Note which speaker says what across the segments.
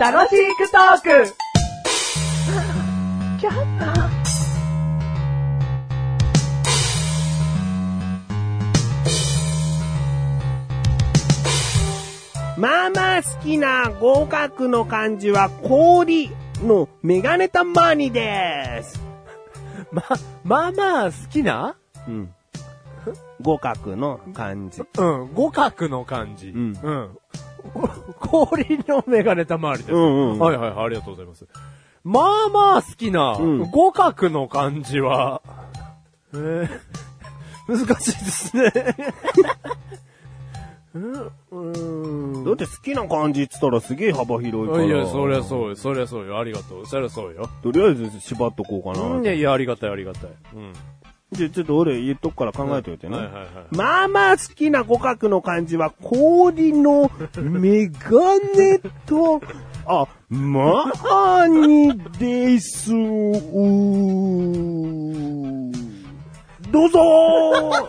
Speaker 1: 楽しくトーク
Speaker 2: まあまあ好きな合格の漢字は氷のメガネたまにです。
Speaker 3: ま、まあまあ好きな
Speaker 2: うん。合格の漢字。
Speaker 3: うん、五角の感じ。
Speaker 2: ん
Speaker 3: うん。 氷のメガネたまわりです。
Speaker 2: うんうん
Speaker 3: はいはいはい、ありがとうございます。まあまあ好きな、
Speaker 2: うん
Speaker 3: 五角の感じは、えー、 難しい ですね。うん、うん
Speaker 2: だって好きな漢字っつったらすげえ幅広いから。
Speaker 3: いや、そりゃそうよ、そりゃそうよ、ありがとう、そりゃそうよ。
Speaker 2: とりあえず縛っとこうか
Speaker 3: う
Speaker 2: な。
Speaker 3: ん、いやいや、ありがたい、ありがたい。うん。
Speaker 2: じゃあちょっと俺言っとくから考えておいてね。
Speaker 3: はいはいはい。
Speaker 2: まあまあ好きな五角の漢字は氷のメガネ と、あ、まあにです。どうぞー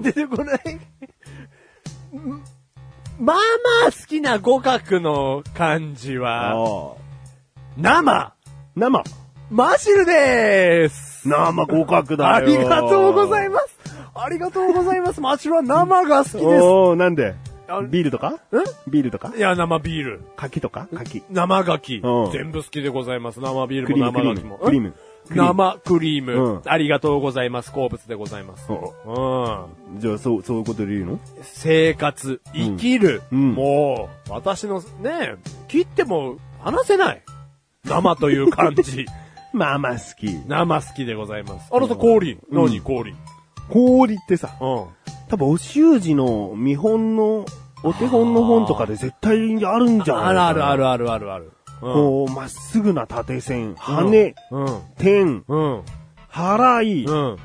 Speaker 3: 出てこない。まあまあ好きな五角の漢字は、
Speaker 2: ああ
Speaker 3: 生
Speaker 2: 生。
Speaker 3: マシルでーす
Speaker 2: 生合格だよ。
Speaker 3: ありがとうございますありがとうございますマシルは生が好きで
Speaker 2: おー、なんで
Speaker 3: あ
Speaker 2: ビールとかビールとか
Speaker 3: すいや、生ビール。
Speaker 2: 柿とか柿。
Speaker 3: 生牡蠣
Speaker 2: うん
Speaker 3: 全部好きでございます。生ビー
Speaker 2: ク
Speaker 3: ル
Speaker 2: リー
Speaker 3: も
Speaker 2: ム、ク
Speaker 3: 生
Speaker 2: リ
Speaker 3: 牡
Speaker 2: ー
Speaker 3: 蠣も
Speaker 2: ム。。クリーム。クリーム。
Speaker 3: 生クリーム、
Speaker 2: うん
Speaker 3: ありがとうございます。好物でございます。
Speaker 2: うん
Speaker 3: うん。
Speaker 2: じゃあ、そう、そういうことでいいの
Speaker 3: 生活、生きる、
Speaker 2: うん
Speaker 3: もう、私のね、切っても話せない。生という漢 字。
Speaker 2: まあまあ好き。
Speaker 3: 生好きでございます。あなた氷。
Speaker 2: うん
Speaker 3: 何氷。うん。
Speaker 2: 氷ってさ、多分、お習字の見本の、お手本の本とかで絶対にあるんじゃない
Speaker 3: あ
Speaker 2: か
Speaker 3: る
Speaker 2: な
Speaker 3: あるあ。るあるあるある。うん。
Speaker 2: こう、まっすぐな縦線、羽、
Speaker 3: うん。
Speaker 2: 点、
Speaker 3: うん。
Speaker 2: 払い、
Speaker 3: うん。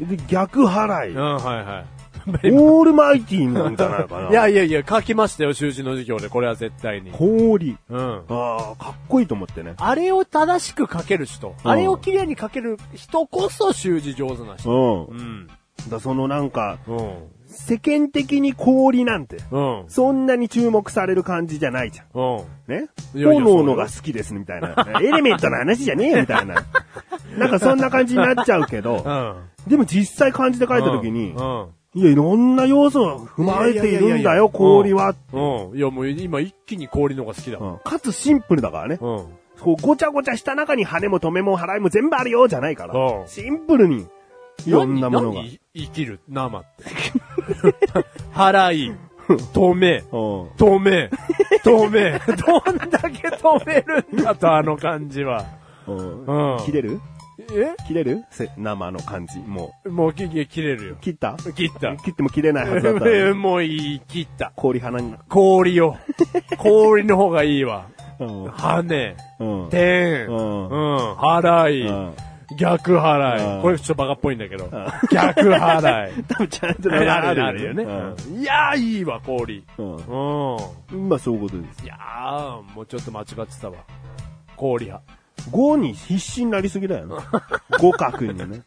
Speaker 3: う
Speaker 2: で
Speaker 3: ん。
Speaker 2: 逆払い、
Speaker 3: はいはい。
Speaker 2: オールマイティーなんじ ゃないかな。
Speaker 3: いやいやいや、書きましたよ、習字の授業で、これは絶対に。
Speaker 2: 氷。
Speaker 3: うん。
Speaker 2: ああ、かっこいいと思ってね。
Speaker 3: あれを正しく書ける人、
Speaker 2: うん
Speaker 3: あれを綺麗に書ける人こそ習字上手な人。
Speaker 2: う
Speaker 3: うん。
Speaker 2: ん。だそのなんか、
Speaker 3: うん。
Speaker 2: 世間的に氷なんて、
Speaker 3: うん。
Speaker 2: そんなに注目される感じじゃないじゃん。
Speaker 3: うん。
Speaker 2: ね
Speaker 3: いやいや
Speaker 2: 炎のが好きですみたい な。エレメントの話じゃねえみたいな。なんかそんな感じになっちゃうけ ど
Speaker 3: う、ん。
Speaker 2: でも実際漢字で書いた時に、
Speaker 3: うん。
Speaker 2: いや、いろんな要素を踏まえているん
Speaker 3: いやいや
Speaker 2: だ
Speaker 3: いや
Speaker 2: よ、氷は。
Speaker 3: うん。いや、もう今一気に氷の方が好きだ。
Speaker 2: うんかつシンプルだからね。
Speaker 3: うん。
Speaker 2: こうごちゃごちゃした中に羽も止めも払いも全部あるよ、じゃないから
Speaker 3: う。ん
Speaker 2: シンプルに、いろんなものが。
Speaker 3: 何何生きる生って。払い、止め、
Speaker 2: うん
Speaker 3: 止め、止め。 どんだけ止めるんだと、あの感じは。
Speaker 2: うん
Speaker 3: うん
Speaker 2: 切れる
Speaker 3: え
Speaker 2: 切れるせ生の感じ。も
Speaker 3: もう切切切れるよ
Speaker 2: う。。切った
Speaker 3: 切った。
Speaker 2: 切っても切れないはずだ ったのに
Speaker 3: もういい、切った。
Speaker 2: 氷鼻にな
Speaker 3: 氷を。氷の方がいいわ。
Speaker 2: うん
Speaker 3: 羽、
Speaker 2: うん
Speaker 3: 点、
Speaker 2: う
Speaker 3: うんん、払い、
Speaker 2: うん
Speaker 3: 逆
Speaker 2: う
Speaker 3: 払
Speaker 2: ん
Speaker 3: い。これちょっとバカっぽいんだけど
Speaker 2: ん。。
Speaker 3: 逆払い
Speaker 2: 多分 ちゃんとね
Speaker 3: あるあるよね。
Speaker 2: う
Speaker 3: うんいやー、いいわ、氷。
Speaker 2: んう
Speaker 3: うん。
Speaker 2: ん。まあそういうことです。
Speaker 3: いやー、もうちょっと間違ってたわ。氷派。
Speaker 2: 5に必死になりすぎだよ ね。互角にね。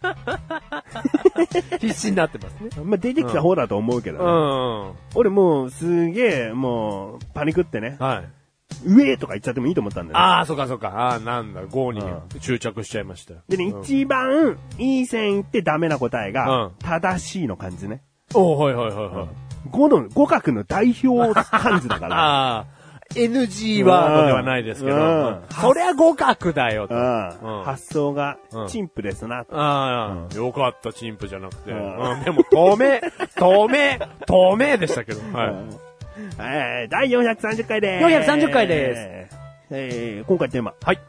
Speaker 3: 必死になってますね。
Speaker 2: まあ出てきた方だと思うけど
Speaker 3: う
Speaker 2: ね。
Speaker 3: ん。は
Speaker 2: 俺もうすげえもうパニックってね
Speaker 3: い。、あ
Speaker 2: 上とか言っちゃってもいいと思ったんだよね。
Speaker 3: あー、そっかそっか。ああー、なんだ、5に執着しちゃいましたよ。
Speaker 2: でね、
Speaker 3: うん
Speaker 2: 一番いい線いってダメな答え
Speaker 3: う
Speaker 2: が
Speaker 3: ん、
Speaker 2: 正しいの漢字ね。
Speaker 3: おーはいはいはいはい。
Speaker 2: 5の、互角の代表漢字だから。
Speaker 3: ああ、NG ワードではないですけど、
Speaker 2: うん
Speaker 3: そりゃ互角だよと。
Speaker 2: うん
Speaker 3: うん
Speaker 2: 発想が
Speaker 3: うん
Speaker 2: 陳腐ですな。
Speaker 3: ああ、よかった、チンプじゃなくて。
Speaker 2: う
Speaker 3: うんん、でも、透明、透明、透明でしたけど。 は
Speaker 2: えー第430回でーす。。
Speaker 3: 430回です
Speaker 2: えー今回テーマ。
Speaker 3: い。はい。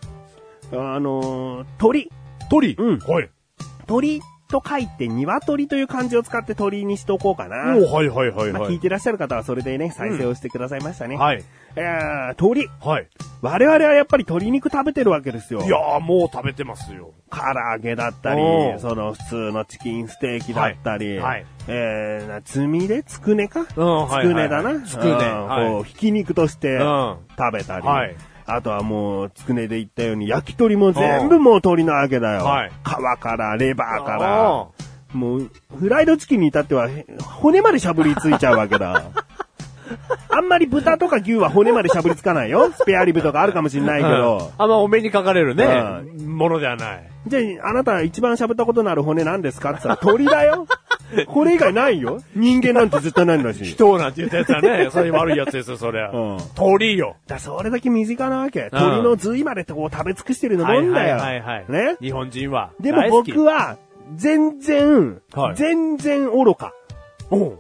Speaker 2: あのー鳥。
Speaker 3: 鳥
Speaker 2: うん
Speaker 3: はい。
Speaker 2: 鳥と書いて鶏という漢字を使って鳥にしとこうかな。
Speaker 3: おはいはいはい
Speaker 2: まあ
Speaker 3: は
Speaker 2: 聞い
Speaker 3: い。
Speaker 2: てらっしゃる方はそれでね、再生をしてくださいましたね。
Speaker 3: はい。
Speaker 2: いやー鳥。
Speaker 3: はい。
Speaker 2: 我々はやっぱり鶏肉食べてるわけですよ。
Speaker 3: いやー、もう食べてますよ。
Speaker 2: 唐揚げだったり
Speaker 3: お、う
Speaker 2: その普通のチキンステーキだったり、
Speaker 3: はいはい
Speaker 2: えー、なつみでつくねか、
Speaker 3: うんはいはい
Speaker 2: つくねだな。
Speaker 3: つくね
Speaker 2: うん
Speaker 3: はい
Speaker 2: こう、ひき肉として
Speaker 3: うん
Speaker 2: 食べたり、
Speaker 3: はい
Speaker 2: あとはもう、つくねで言ったように、焼き鳥も全部もう鳥なわけだよ。
Speaker 3: はい
Speaker 2: 皮から、レバーか
Speaker 3: お
Speaker 2: ら、もう、フライドチキンに至っては、へ骨までしゃぶりついちゃうわけ だ。あんまり豚とか牛は骨までしゃぶりつかないよ。スペアリブとかあるかもしんないけど。
Speaker 3: あんまお目にかかれるね、
Speaker 2: う
Speaker 3: ものではない。
Speaker 2: じゃあ、あなた一番しゃぶったことのある骨なんですかって言ったら、鳥だよ。これ以外ないよ。人間なんて絶対ないんだし。
Speaker 3: 人なんて言ったやつはね、それ悪いやつですよ、そりゃ。
Speaker 2: うん
Speaker 3: 鳥よ。
Speaker 2: だそれだけ身近なわけ。鳥の髄までこう食べ尽くしてるのもんだよ。
Speaker 3: はいはいはいはい。
Speaker 2: ね。
Speaker 3: 日本人は。
Speaker 2: でも僕
Speaker 3: は、
Speaker 2: は、全然、
Speaker 3: はい
Speaker 2: 全然愚か。
Speaker 3: おう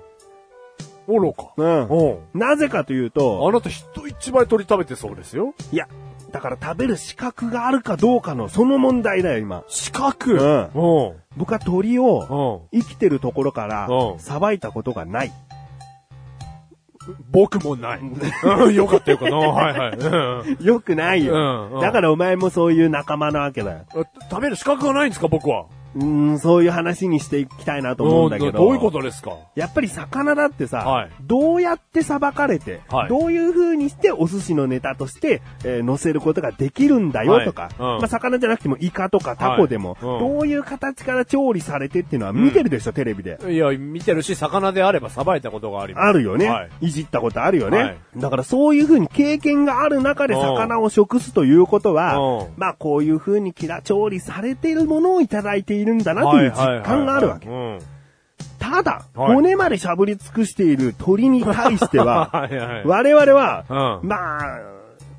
Speaker 3: 愚か。
Speaker 2: うん
Speaker 3: おう
Speaker 2: なぜかというと、
Speaker 3: あなた人一倍鳥食べてそうですよ。
Speaker 2: いや、だから食べる資格があるかどうかのその問題だよ、今。
Speaker 3: 四角
Speaker 2: うん
Speaker 3: おう
Speaker 2: 僕は鳥を
Speaker 3: お
Speaker 2: 生きてるところから
Speaker 3: うん
Speaker 2: さばいたことがない。
Speaker 3: う僕もない。うんよかったよ かった。うんはいはい。う ん
Speaker 2: よくないよ。
Speaker 3: うんうん
Speaker 2: だからお前もそういう仲間なわけだよ。
Speaker 3: 食べる資格がないんですか、僕は。
Speaker 2: うーん、そういう話にしていきたいなと思うんだけど。
Speaker 3: どういうことですか
Speaker 2: やっぱり魚だってさ、
Speaker 3: はい
Speaker 2: どうやってさばかれて、
Speaker 3: はい
Speaker 2: どういう風にしてお寿司のネタとして、えー載せることができるんだよとか、
Speaker 3: はいうん
Speaker 2: まあ、魚じゃなくてもイカとかタコでも、
Speaker 3: はいうん
Speaker 2: どういう形から調理されてっていうのは見てるでしょ、テレビで。
Speaker 3: いや、見てるし、魚であればさばいたことがあります。
Speaker 2: あるよね、
Speaker 3: はい。
Speaker 2: い。じったことあるよね、
Speaker 3: はい
Speaker 2: だからそういう風に経験がある中で
Speaker 3: うん
Speaker 2: 魚を食すということは、
Speaker 3: うん
Speaker 2: まあこういう風にきら調理されているものをいただいているんだなという実感があるわけ。
Speaker 3: はいはいはいはいうん
Speaker 2: ただ、
Speaker 3: はい
Speaker 2: 骨までしゃぶり尽くしている鳥に対して は、
Speaker 3: はいはい。
Speaker 2: 我々は、
Speaker 3: うん
Speaker 2: まあ、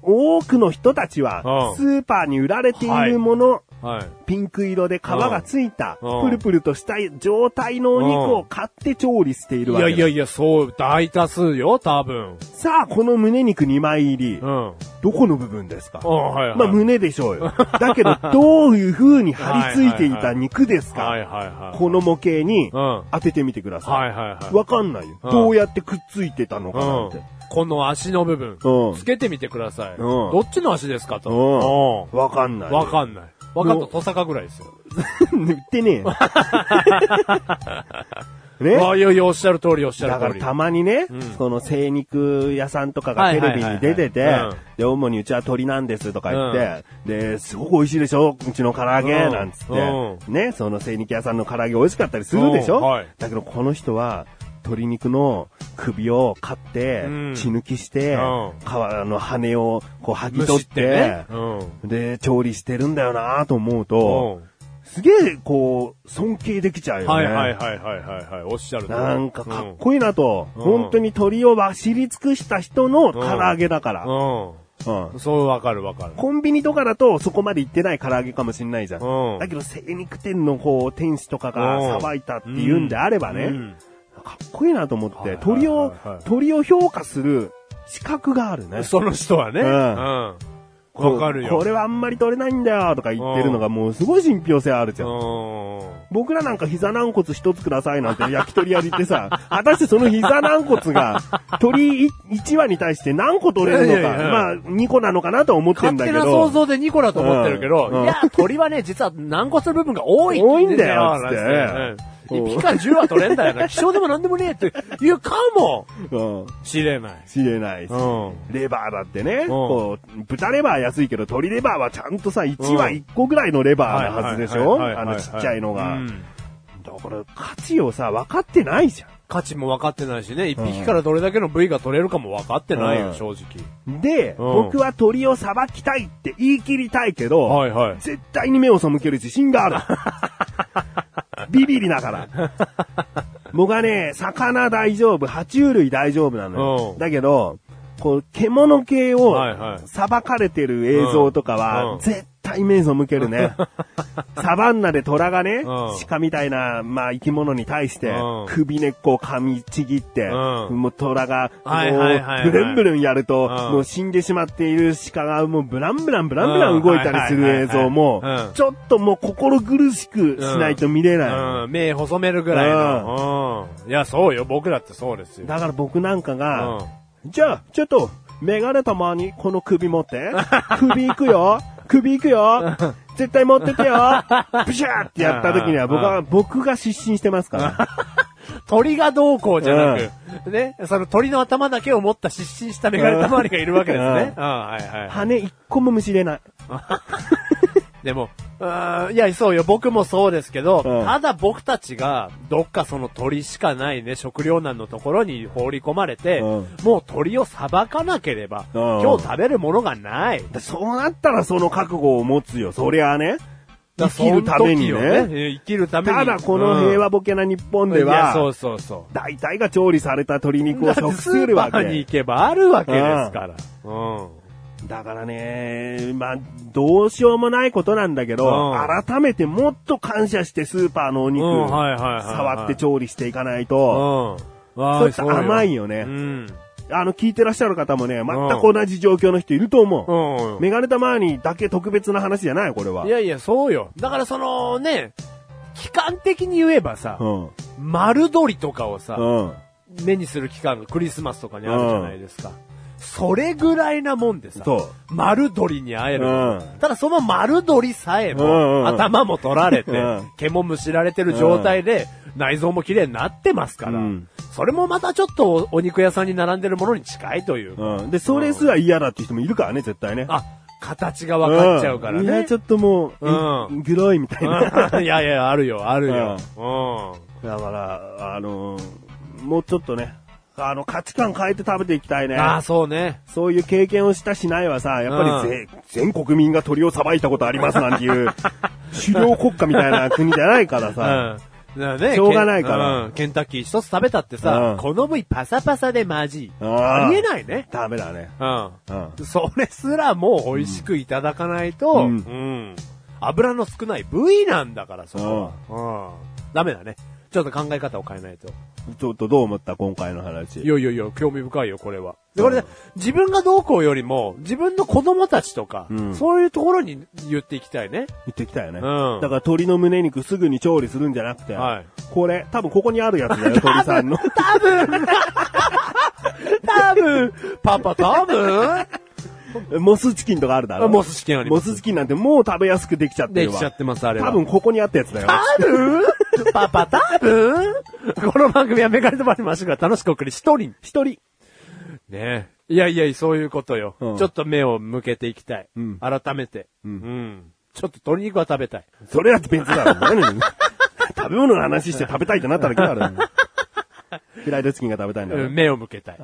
Speaker 2: 多くの人たちは
Speaker 3: う、ん
Speaker 2: スーパーに売られているもの、
Speaker 3: はい。
Speaker 2: ピンク色で皮がついた、
Speaker 3: うん
Speaker 2: プルプルとした状態のお肉を買って調理している
Speaker 3: い
Speaker 2: わけ
Speaker 3: や
Speaker 2: だ。
Speaker 3: いやいや、そう、大多数よ、多分。
Speaker 2: さあ、この胸肉2枚入り
Speaker 3: う、ん。
Speaker 2: どこの部分ですか
Speaker 3: あはいはい。
Speaker 2: まあ、胸でしょう よ。だけど、どういう風に張り付いてい
Speaker 3: はいは
Speaker 2: た
Speaker 3: いはい
Speaker 2: 肉です
Speaker 3: はい
Speaker 2: か
Speaker 3: はいはい。
Speaker 2: この模型に
Speaker 3: うん
Speaker 2: 当ててみてくださ
Speaker 3: はいはい
Speaker 2: い。
Speaker 3: はい。
Speaker 2: わかんないよ。
Speaker 3: うん
Speaker 2: どうやってくっついてたのかなん
Speaker 3: う
Speaker 2: て
Speaker 3: ん。。この足の部分、
Speaker 2: うん
Speaker 3: つけてみてください。
Speaker 2: ん
Speaker 3: どっちの足ですかと。
Speaker 2: う。
Speaker 3: うん
Speaker 2: わかんない。
Speaker 3: んわかんない。わかった、トサカぐらいですよ。
Speaker 2: 言って ねえよ。ね
Speaker 3: ああ、いやいや、おっしゃる通り、おっしゃ
Speaker 2: だか
Speaker 3: る通
Speaker 2: ら
Speaker 3: り。
Speaker 2: たまにね、
Speaker 3: ん
Speaker 2: その精肉屋さんとかが
Speaker 3: は
Speaker 2: テ
Speaker 3: いは
Speaker 2: レ
Speaker 3: いはい
Speaker 2: ビ
Speaker 3: はい
Speaker 2: に出てて
Speaker 3: うん、
Speaker 2: で、主にうちは鳥なんですとか言って、で、すごく美味しいでしょうちの唐揚げ
Speaker 3: うん
Speaker 2: なんつっ
Speaker 3: う
Speaker 2: て、ね、その精肉屋さんの唐揚げ美味しかったりするでしょ
Speaker 3: うんはい
Speaker 2: だけどこの人は、鶏肉の首を買って
Speaker 3: うん、
Speaker 2: 血抜きして、皮
Speaker 3: うん
Speaker 2: の羽をこう剥ぎ
Speaker 3: む
Speaker 2: 取
Speaker 3: し
Speaker 2: っ
Speaker 3: ってね
Speaker 2: て。、
Speaker 3: うん。
Speaker 2: で、調理してるんだよなと思うと、
Speaker 3: うん
Speaker 2: すげえ、こう、尊敬できちゃうよね。
Speaker 3: はいはいはいはいはいはい。おっしゃる通り。
Speaker 2: なんかかっ
Speaker 3: こ
Speaker 2: こいいなと、
Speaker 3: うん
Speaker 2: 本当に鳥をわしり尽くした人の唐揚げだから。うん
Speaker 3: うん。そうわかるわかる。
Speaker 2: コンビニとかだとそこまで行ってない唐揚げかもしんないじゃん。
Speaker 3: うん
Speaker 2: だけど精肉店のこう、店主とか
Speaker 3: う
Speaker 2: が
Speaker 3: ん
Speaker 2: さばいたっていうんであればね、
Speaker 3: うん
Speaker 2: かっこいいなと思っ
Speaker 3: はいはい
Speaker 2: て、
Speaker 3: はい
Speaker 2: 鳥を
Speaker 3: はい、
Speaker 2: 鳥を評価する資格があるね。
Speaker 3: その人はね。
Speaker 2: う
Speaker 3: うんん。わかる
Speaker 2: こ
Speaker 3: よ。
Speaker 2: れはあんまり取れないんだよとか言ってるのがもうすごい信憑性あるじゃん。
Speaker 3: う
Speaker 2: 僕らなんか膝軟骨一つくださいなんて 焼き鳥屋で言ってさ、果たしてその膝軟骨 が鳥1話に対して何個取れるのか、
Speaker 3: いやいやいや
Speaker 2: まあ2個なのかなとは思ってん
Speaker 3: 勝
Speaker 2: だ
Speaker 3: 手
Speaker 2: け
Speaker 3: な想
Speaker 2: ど、
Speaker 3: 像でニコだと思ってるけど、
Speaker 2: うんうん
Speaker 3: いや、鳥はね、実は軟骨の部分が多い
Speaker 2: 多いんだよ
Speaker 3: なんて
Speaker 2: つって
Speaker 3: うん一匹から10は取れんだよな。希少でもなんでもねえって言うかも
Speaker 2: うん、
Speaker 3: しれない。
Speaker 2: 知れないし
Speaker 3: う。ん。
Speaker 2: レバーだってね、こう、豚レバー安いけど、鳥レバーはちゃんとさ、1話1個ぐらいのレバーなはずでしょ
Speaker 3: はいは
Speaker 2: あ
Speaker 3: いはいはい
Speaker 2: のちっちゃいのが。
Speaker 3: うん
Speaker 2: だから価値をさ、分かってないじゃん。
Speaker 3: 価値も分かってないしね、一匹からどれだけの部位が取れるかも分かってない
Speaker 2: うん
Speaker 3: よ、正直。
Speaker 2: で、
Speaker 3: うん
Speaker 2: 僕は鳥をさばきたいって言い切りたいけど、
Speaker 3: はいはい
Speaker 2: 絶対に目を背ける自信があ る。ビビりだから。僕はね、魚大丈夫、爬虫類大丈夫なのよ
Speaker 3: う。ん
Speaker 2: だけど、こう、獣系を
Speaker 3: はいはい
Speaker 2: さばかれてる映像とか
Speaker 3: うんう
Speaker 2: は、
Speaker 3: ん
Speaker 2: 絶対目背ける ね。サバンナで虎がね
Speaker 3: う、ん
Speaker 2: 鹿みたいな、まあ、生き物に対して
Speaker 3: うん、
Speaker 2: 首根っこを噛みちぎって、
Speaker 3: うん
Speaker 2: もう虎が、
Speaker 3: はいはいはいはい
Speaker 2: もうブルンブルンやると、
Speaker 3: うん
Speaker 2: もう死んでしまっている鹿がもうブランブランブランブラン動いたりする映像
Speaker 3: うんはいはいはい
Speaker 2: も
Speaker 3: う、ん
Speaker 2: ちょっともう心苦しくしないと見れない。
Speaker 3: うん、目細めるぐらいの。うん。いや、そうよ、僕だってそうですよ。
Speaker 2: だから僕なんかが、
Speaker 3: うん
Speaker 2: じゃあ、ちょっと、メガネたまにこの首持 って。首いくよ。首いくよ。絶対持ってて よ。ブシャーってやった時には僕は、僕が失神してますから。
Speaker 3: 鳥がどうこうじゃなく、ね、その鳥の頭だけを持った失神したメガネたまわりがいるわけですね。
Speaker 2: う
Speaker 3: うん、はいはい。
Speaker 2: 羽一個もむしれない。
Speaker 3: でも、うーんいや、そうよ、僕もそうですけど、
Speaker 2: うん
Speaker 3: ただ僕たちが、どっかその鳥しかないね、食糧難のところに放り込まれて、
Speaker 2: うん
Speaker 3: もう鳥を裁かなければ、
Speaker 2: うん
Speaker 3: 今日食べるものがない。
Speaker 2: でそうなったらその覚悟を持つよ。そりゃあね。
Speaker 3: だ
Speaker 2: 生きるために
Speaker 3: その時を
Speaker 2: ね。
Speaker 3: え生きるために。
Speaker 2: ただこの平和ボケな日本
Speaker 3: うん
Speaker 2: で
Speaker 3: いやそ
Speaker 2: は、
Speaker 3: うそうそ
Speaker 2: 大体が調理された鶏
Speaker 3: う。
Speaker 2: 肉を
Speaker 3: だって
Speaker 2: 食
Speaker 3: ス
Speaker 2: する
Speaker 3: ー
Speaker 2: わ
Speaker 3: パーに
Speaker 2: け
Speaker 3: 行。けばあるわけですから。うん。
Speaker 2: だからね、まあ、どうしようもないことなんだけど、
Speaker 3: うん
Speaker 2: 改めてもっと感謝してスーパーのお肉、
Speaker 3: うんはいはいはいはい
Speaker 2: 触って調理していかないと、
Speaker 3: うん。
Speaker 2: そういった甘いよね
Speaker 3: うん。
Speaker 2: あの、聞いてらっしゃる方もね、全く同じ状況の人いると思う。
Speaker 3: うん。
Speaker 2: メガネたまーにだけ特別な話じゃないよこれは。
Speaker 3: いやいや、そうよ。だからそのね、期間的に言えばさ
Speaker 2: う、ん。
Speaker 3: 丸鶏とかをさ、
Speaker 2: うん。
Speaker 3: 目にする期間がクリスマスとかにあるじゃないですか。それぐらいなもんでさ、
Speaker 2: そ
Speaker 3: 丸鶏に会える。
Speaker 2: うん
Speaker 3: ただその丸鶏さえも、
Speaker 2: うんうん
Speaker 3: 頭も取られて、
Speaker 2: うん
Speaker 3: 毛もむしられてる状態で、内臓も綺麗になってますから、
Speaker 2: うん
Speaker 3: それもまたちょっとお肉屋さんに並んでるものに近いという。
Speaker 2: う。うん。で、それすら嫌だって人もいるからね、絶対ね。
Speaker 3: あ、形が分かっちゃうからね。
Speaker 2: んいや、ちょっともう、
Speaker 3: うん
Speaker 2: グロいみたいな。
Speaker 3: うんい やいや、あるよ、あるよ。う
Speaker 2: だから、あのーもうちょっとね、あの、価値観変えて食べていきたいね
Speaker 3: ん。。ああ、そうね。
Speaker 2: そういう経験をしたしないはさ、やっぱりぜ、全国民が鳥をさばいたことありますなんて いう、狩猟国家みたいな国じゃないから
Speaker 3: うん。
Speaker 2: さ、
Speaker 3: だからね
Speaker 2: しょうがないから
Speaker 3: うん。ケンタッキー一つ食べたってさ
Speaker 2: う、ん
Speaker 3: この部位パサパサでマジ。
Speaker 2: あー
Speaker 3: ありえないね。
Speaker 2: ダメだね。
Speaker 3: うん。
Speaker 2: うん。
Speaker 3: それすらもう美味しくいただかないと、う
Speaker 2: うん
Speaker 3: ん。油の少ない部位なんだから、そこは。うん。ダメだね。ちょっと考え方を変えないと。
Speaker 2: ちょっとどう思った今回の話。
Speaker 3: いやいやいや、興味深いよ、これは。で、これね、自分がどうこうよりも、自分の子供たちとか、
Speaker 2: うん
Speaker 3: そういうところに言っていきたいね。
Speaker 2: 言ってきたよね。
Speaker 3: うん
Speaker 2: だから鳥の胸肉すぐに調理するんじゃなくて、
Speaker 3: はい
Speaker 2: これ、多分ここにあるやつだよ、鳥さん の。
Speaker 3: 多分多分パパ多分
Speaker 2: モスチキンとかあるだろ
Speaker 3: あモスチキンあります
Speaker 2: モスチキンなんてもう食べやすくできちゃって
Speaker 3: で
Speaker 2: る
Speaker 3: き
Speaker 2: わ。
Speaker 3: ちゃってます、あれは。
Speaker 2: 多分ここにあったやつだよ。
Speaker 3: 多分パパ多分この番組はメガネとバリマシュが楽しくお送り、一人。
Speaker 2: 一人。
Speaker 3: ねいやいや、そういうことよ、
Speaker 2: うん
Speaker 3: ちょっと目を向けていきたい。
Speaker 2: うん
Speaker 3: 改めて、
Speaker 2: ん
Speaker 3: うんちょっと鶏肉は食べたい。
Speaker 2: それだって別だろ。何食べ物の話して食べたいってなっただけだろ。フライドチキンが食べたいんだ
Speaker 3: う
Speaker 2: ろ
Speaker 3: ん。目を向けたい。